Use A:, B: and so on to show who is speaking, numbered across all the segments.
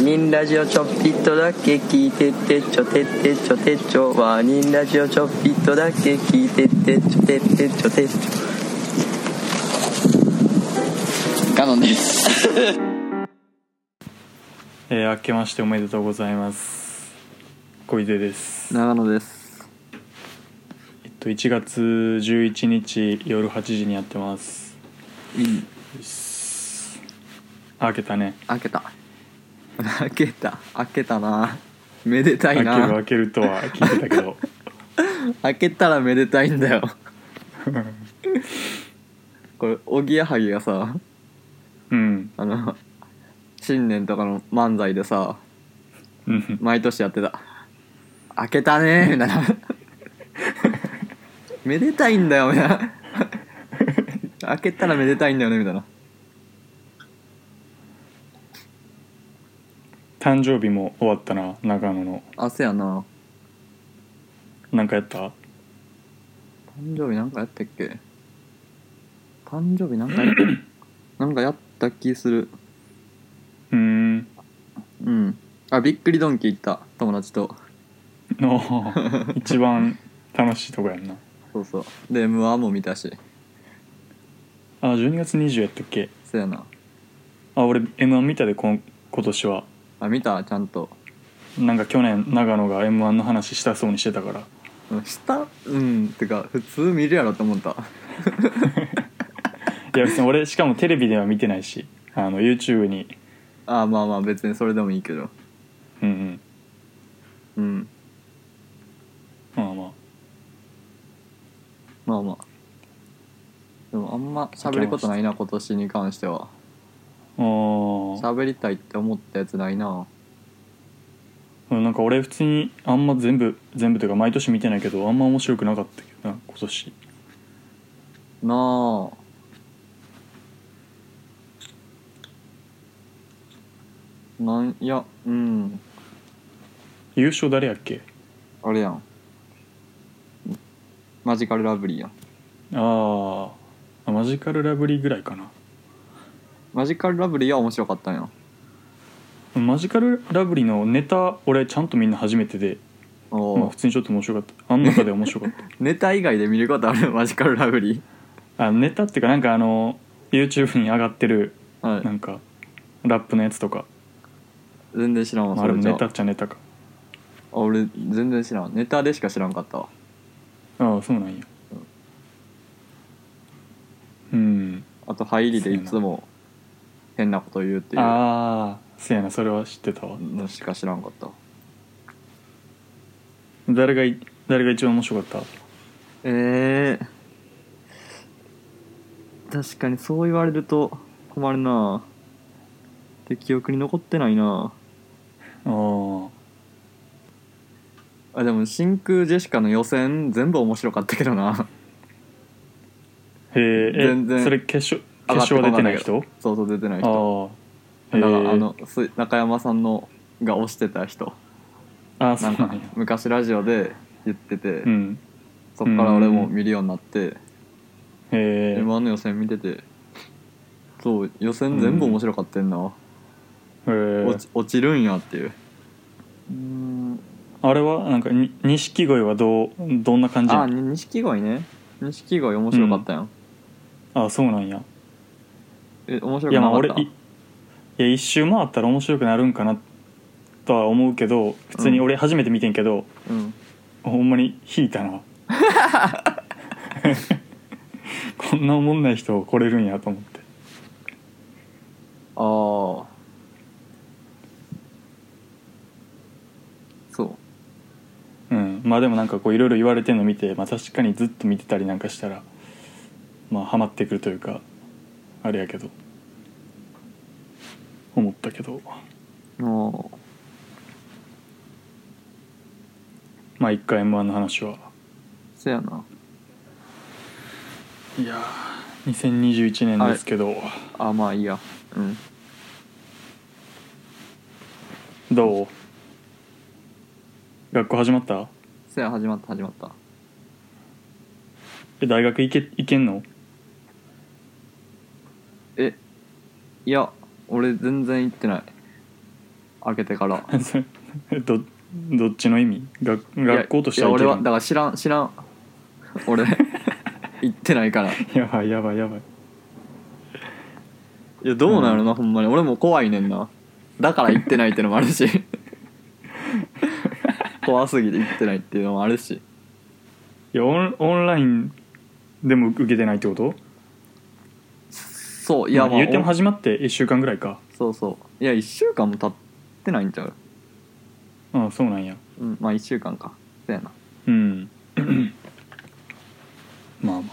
A: 人ラジオちょっぴっとだけ聞いてってちょてってちょてちょワーニンラジオちょっぴっとだけ聞いてってちょてってちょてちょ
B: ガノンです
C: えー、明けましておめでとうございます小出です
B: 長野です
C: えっと1月11日夜8時にやってます
B: うん
C: あ明けたね
B: 開けた開けた開けたなめでたい
C: 明ける
B: な
C: 明けるとは聞いてた けど
B: 開けたらめでたいんだよこれおぎやはぎがさ
C: うん
B: あの新年とかの漫才でさ
C: うん
B: 毎年やってた「開けたね」みたいな「めでたいんだよ」みたいな「開けたらめでたいんだよね」みたいな
C: 誕生日も終わったな長野の
B: あせやな
C: なんかやった
B: 誕生日なんかやったっけ誕生日なんかやったなんかやった気する
C: うん
B: うんあびっくりドンキー行った友達と
C: の 一番楽しいとこやんな
B: そうそうで m 1も見たし
C: あ12月20やったっけ
B: せやな
C: あ俺 m 1見たでこん今年は
B: あ見たちゃんと
C: なんか去年長野が m 1の話したそうにしてたから
B: うんしたうんてか普通見るやろと思った
C: いや別に俺しかもテレビでは見てないしあの YouTube に
B: あまあまあ別にそれでもいいけど
C: うんう
B: う
C: ん
B: ん
C: まあまあ
B: まあまあでもあんま喋ることないな今年に関しては
C: あー
B: 喋りたいって思ったやつないな
C: うんなんか俺普通にあんま全部全部というか毎年見てないけどあんま面白くなかったけどな今年
B: なあなんいやうん
C: 優勝誰やっけ
B: あれやんマジカルラブリーやん
C: ああマジカルラブリーぐらいかな
B: マジカルラブリーは面白かったんや
C: マジカルラブリーのネタ俺ちゃんとみんな初めてで、
B: お
C: まあ、
B: お
C: 普通にちょっと面白かったあん中で面白かっ
B: ネタ以外で見ることある マジカルラブリ
C: たあネタっていうかなんかあの YouTube に上がってる
B: ーは
C: ないんかラップのやつとか、
B: 全然知らんわ
C: ま
B: そ
C: あ、あれ
B: れ
C: も
B: じゃ
C: ネ
B: あ
C: タっちゃネタか
B: あ俺全然知らんネタでしか知らんかったわ
C: ああそうなんやうん
B: あと入りでいつも変なこと言うっていう
C: ああせやなそれは知ってたわ
B: のしか知らんかった
C: 誰がい誰が一番面白かっ
B: ええ確かにそう言われると困るなで記憶に残ってないな
C: たああ
B: あでも真空ジェシカの予選全部面白かったけどな
C: へええ
B: 全然
C: それ決勝決勝は出てない人
B: そうそう出てない
C: ああ
B: 人
C: へ
B: だ
C: え
B: からあのす中山さんのが推してた人
C: ああ
B: な
C: そうんな
B: か
C: んや
B: 昔ラジオで言ってて、
C: うん
B: そっから俺も見るようになって
C: へえ
B: m 1の予選見ててそう予選全部面白かったんな、
C: へえ
B: 落ち落ちるんやっていう
C: あれはなんかに錦鯉はどうどんな感じ
B: あ
C: や
B: に錦鯉ね錦鯉面白かったやん、
C: ああそうなんや
B: え面白
C: い
B: く
C: や
B: な
C: まあ
B: かっ
C: 俺
B: た
C: いいや一周回ったら面白くなるんかなとは思うけど普通に俺初めて見てんけど、
B: うん
C: ほんまに引いた なこんなおもんない人来れるんやと思って
B: ああそ
C: うんまあでもなんかこういろいろ言われてんの見て、まあ、確かにずっと見てたりなんかしたらまあハマってくるというかあれやけど思ったけど
B: うも
C: まあ一回 m 1の話は
B: うせやない
C: やー2021年ですけど
B: あまあいいやうん
C: どう学校始まった
B: せや始まった始まった
C: え大学行け行けんの
B: えいや俺全然行ってない開けてから
C: それ どどっちの意味学学校として
B: い
C: は
B: やいや
C: い
B: 俺
C: ける
B: はだから知らん知らん俺 行ってないから
C: やばいやばいやばい
B: いやどうなるな、ほんまに俺も怖いねんなだから行ってないってのもある し怖すぎて行ってないっていうのもあるし
C: いやオンオンラインでも受けてないってこと
B: そうい
C: い
B: や、
C: 言っても
B: お
C: 始まって1週間ぐらいか
B: そうそういや1週間も経ってないんちゃう
C: うんそうなんや
B: うんまあ1週間かそうやな
C: うん まあまあ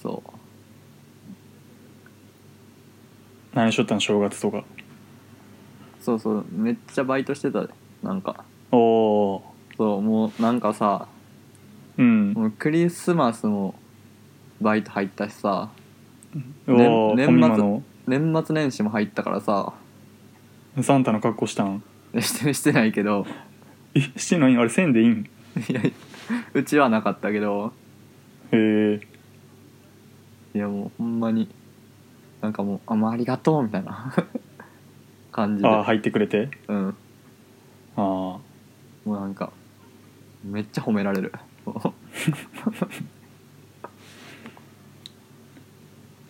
B: そう
C: 何しとったん正月とか
B: そうそうめっちゃバイトしてたでなんか
C: おお
B: そうもうなんかさ
C: ーうん
B: もうクリスマスもバイト入ったしさ
C: おお
B: 年
C: 今
B: 年末
C: の
B: 年末年始も入ったからさ
C: サンタの格好したん
B: してしてないけど
C: えしてないんあれせんでいいん
B: いやうちはなかったけど
C: へ
B: い
C: え
B: やもうほんまになんかもう「あもうありがとう」みたいな 感じで
C: ああ入ってくれて
B: うん
C: ああ
B: もうなんかめっちゃ褒められる も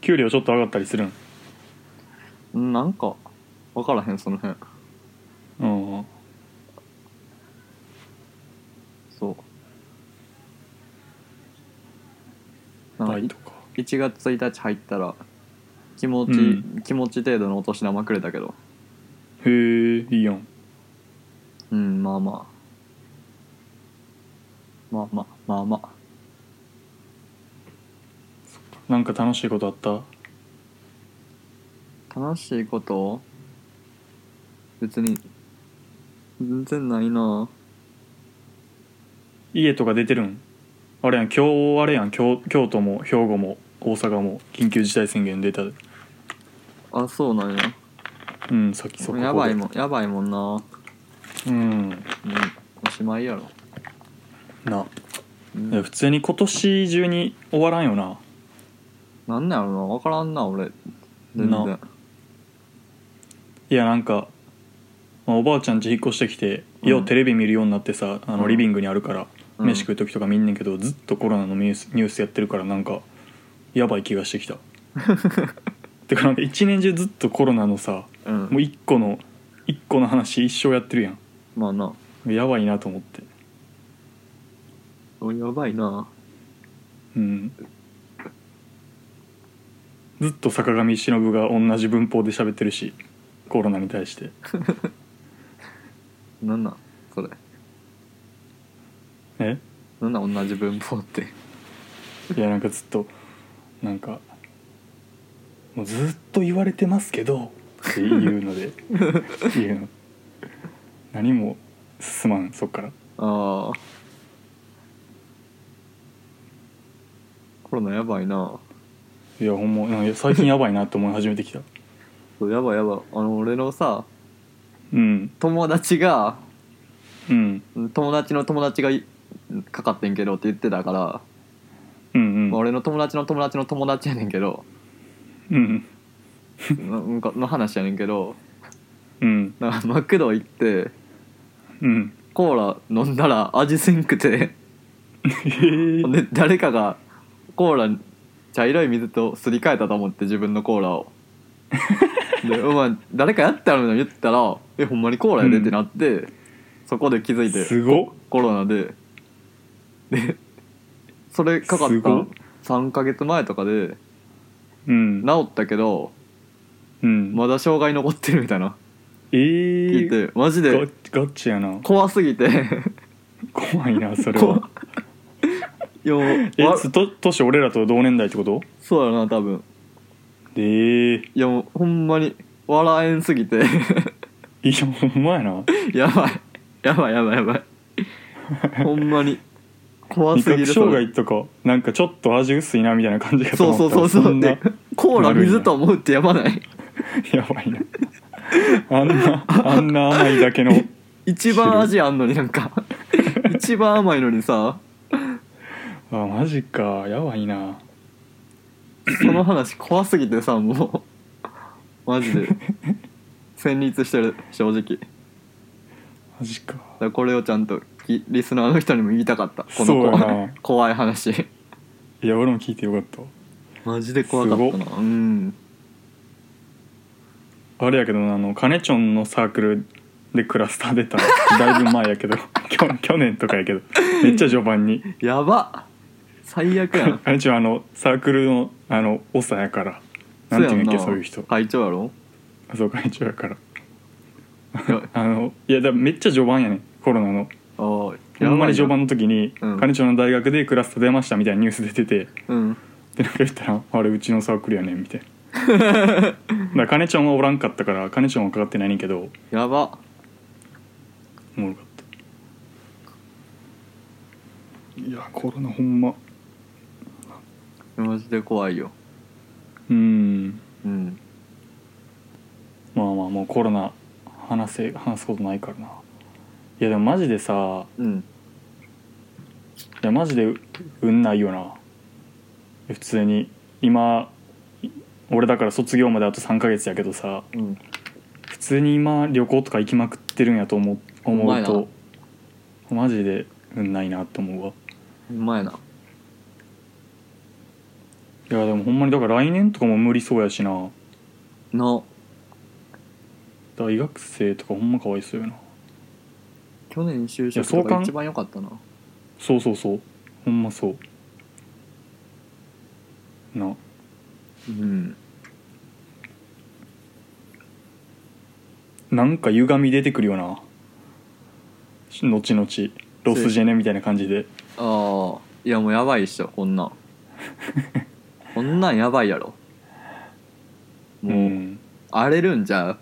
C: 給料ちょっと上がったりするん
B: うなんか分からへんその辺
C: うん
B: そうなん
C: バ
B: か
C: イ
B: い
C: トか
B: 1月1日入ったら気持ち、
C: う
B: 気持ち程度のお年玉くれたけど
C: へえいいやん
B: うんまあまあまあまあまあまあ
C: なんか楽しいことあった
B: 楽しいこと別に全然ないな
C: 家とか出てるんあれやん今日あれやん京京都も兵庫も大阪も緊急事態宣言出たで
B: あそうなんや
C: うんさっきそこ
B: やばい
C: ん
B: もんやばいもんな
C: う
B: う
C: ん
B: んおしまいやろ、
C: な
B: うん
C: いや普通に今年中に終わらんよな
B: なんなんやろな分からんな俺全然
C: ないいやなんか、まあおばあちゃん家引っ越してきて、
B: うん
C: ようテレビ見るようになってさあ
B: う
C: の
B: ん
C: リビングにあるから、
B: うん
C: 飯食う時とか見んねんけどずっとコロナのニュースニュースやってるからなんかやばい気がしてき たてかなんか一年中ずっとコロナのさ
B: うん
C: もう一個の一個の話一生やってるや
B: まあなん
C: やばいなと思って
B: 俺やばいな
C: うんずっと坂上忍が同じ文法で喋ってるしコロナに対して
B: なんなんそれ
C: え
B: なんなん同じ文法って
C: いやなんかずっとなんかもうずっと言われてますけどっていうので言うの何も進まんそっから
B: ああコロナやばいない
C: やほんまなんか最近やばいなと思い始めてきた
B: そうやばいやばいあの俺のさ
C: うん
B: 友達が
C: うん
B: 友達の友達がいかかってんけどって言ってたから、
C: うん
B: まあ
C: うん
B: 俺の友達の友達の友達やねんけど
C: うん
B: ななんかの話やねんけど
C: うん
B: なんかマクド行って
C: うん
B: コーラ飲んだら味せんくてほんで誰かがコーラ茶色い水とすり替えたと思って自分のコーラ をでお前誰かやったの言ったら「えほんまにコーラやで」ってなって、そこで気づいて
C: すごっ
B: コロナででそれかかっ
C: すごった
B: 3ヶ月前とかで
C: うん
B: 治ったけど
C: うん、
B: まだ障害残ってるみたいな
C: え
B: 聞
C: ー、
B: いてマジ
C: ガ
B: で
C: ガチやな
B: 怖すぎて
C: 怖いなそれ
B: 怖
C: はい
B: やもう
C: え
B: わ
C: つと年俺らと同年代ってこと
B: そうだな多分
C: えー、
B: いやもうほんまに笑えんすぎて
C: いやほんまやな
B: やばいやばいやばいやばいほんまに怖
C: 味
B: すぎ
C: 覚
B: る
C: 障害とかなんかちょっと味薄いなみたいな感じが
B: そうそうそうそうでコーラ水と思うってやばない
C: やばいなあんなあんな甘いだけの
B: 一番味あんのになんか一番甘いのにさ
C: あマジかやばいな
B: その話怖すぎてさもうマジで戦慄してる正直だか
C: マジから
B: これをちゃんときリスナーの人にも言いたかったこの
C: そうや
B: 怖
C: ない
B: 怖い話
C: いや俺も聞いてよかったわ
B: マジで怖かったなうん
C: あれやけどなあのカネチョンのサークルでクラスター出たの だいぶ前やけど きょ去年とかやけどめっちゃ序盤に
B: やば最悪やん
C: カネチョンあのサークルのあの長やから なんていうんやっけそういう人
B: 会長や ろ
C: そう会長やから
B: いや
C: あのいやだめっちゃ序盤やねんコロナの
B: あー
C: ほんまに序盤の時に「
B: うん
C: カネチョンの大学でクラスター出ました」みたいなニュース出てて
B: うん
C: でなんか言ったら「あれうちのサークルやねん」みたい なだからカネチョンはおらんかったからカネチョンはかかってないねんけど
B: やば
C: おもろかったいやコロナほんま
B: マジで怖いよ
C: うん
B: うん
C: まあまあもうコロナ話せ話すことないからないやでもマジでさ
B: うん
C: いやマジでう運ないよな普通に今い俺だから卒業まであと3ヶ月やけどさ
B: うん
C: 普通に今旅行とか行きまくってるんやと思う
B: ほん
C: 思
B: ま
C: う
B: や
C: とマジで運ないなって思うわ
B: うまいない
C: やでもほんまにだから来年とかも無理そうやしな
B: の
C: 大学生とかほんまかわいそうやな
B: 去年就
C: いや
B: 職
C: そう
B: と
C: か
B: か
C: ん
B: 一番良かったな
C: そうそうそうほんまそうな
B: うん
C: なんか歪み出てくるよなし後々ロスジェネみたいな感じで
B: ああいやもうやばいっしょこ んなんこんなんやばいやろ
C: う
B: もう、
C: ん
B: 荒れるんじゃ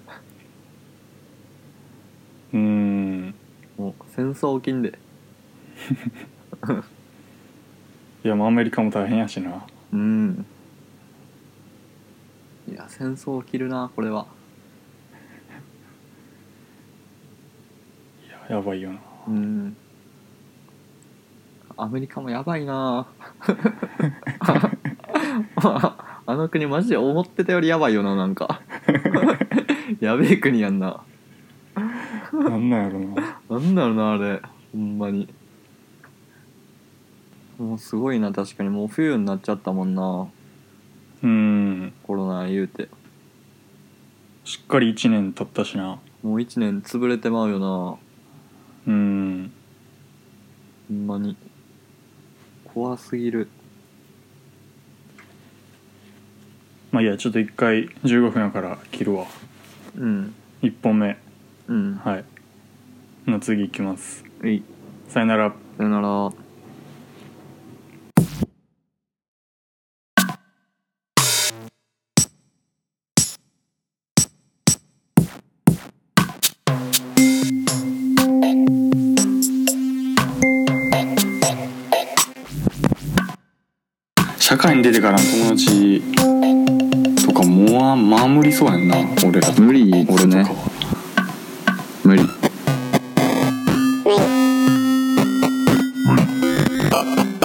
C: うん
B: うもう戦争起きんで
C: いやまあアメリカも大変やしな
B: うんいや戦争起きるなこれはい
C: ややばい よな
B: うんアメリカもやばいな あの国マジで思ってたよりやばいよななんかやべえ国やんな
C: なんなんやろ
B: な
C: な
B: んだろうなあれほんまにもうすごいな確かにもう冬になっちゃったもんな
C: うん
B: コロナ言うて
C: しっかり1年経ったしな
B: もう1年潰れてまうよなほ
C: うん
B: んまに怖すぎる
C: まあいいやちょっと1回15分やから切るわ
B: うん
C: 1本目
B: うん
C: はいの次いきます
B: はい
C: さよなら
B: さよなら
C: 社会に出てからの友達とかもうまあ無理そうやんな俺ら
B: 無理っすね
C: 俺とかは
B: 無理
D: 無理無理無理無理
E: 社会に出てから友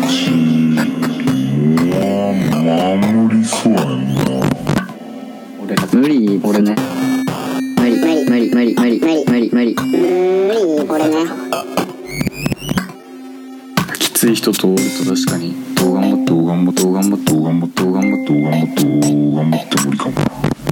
E: 達は守りそうやんな
A: 無理俺ね
D: 無理無理無理無理無理無理無理無理無理俺ね
F: きつい人とおると確かにどう頑張ってもどう頑張ってもどう頑張ってもどう頑張ってもどう頑張ってもどう頑張っても無理かもな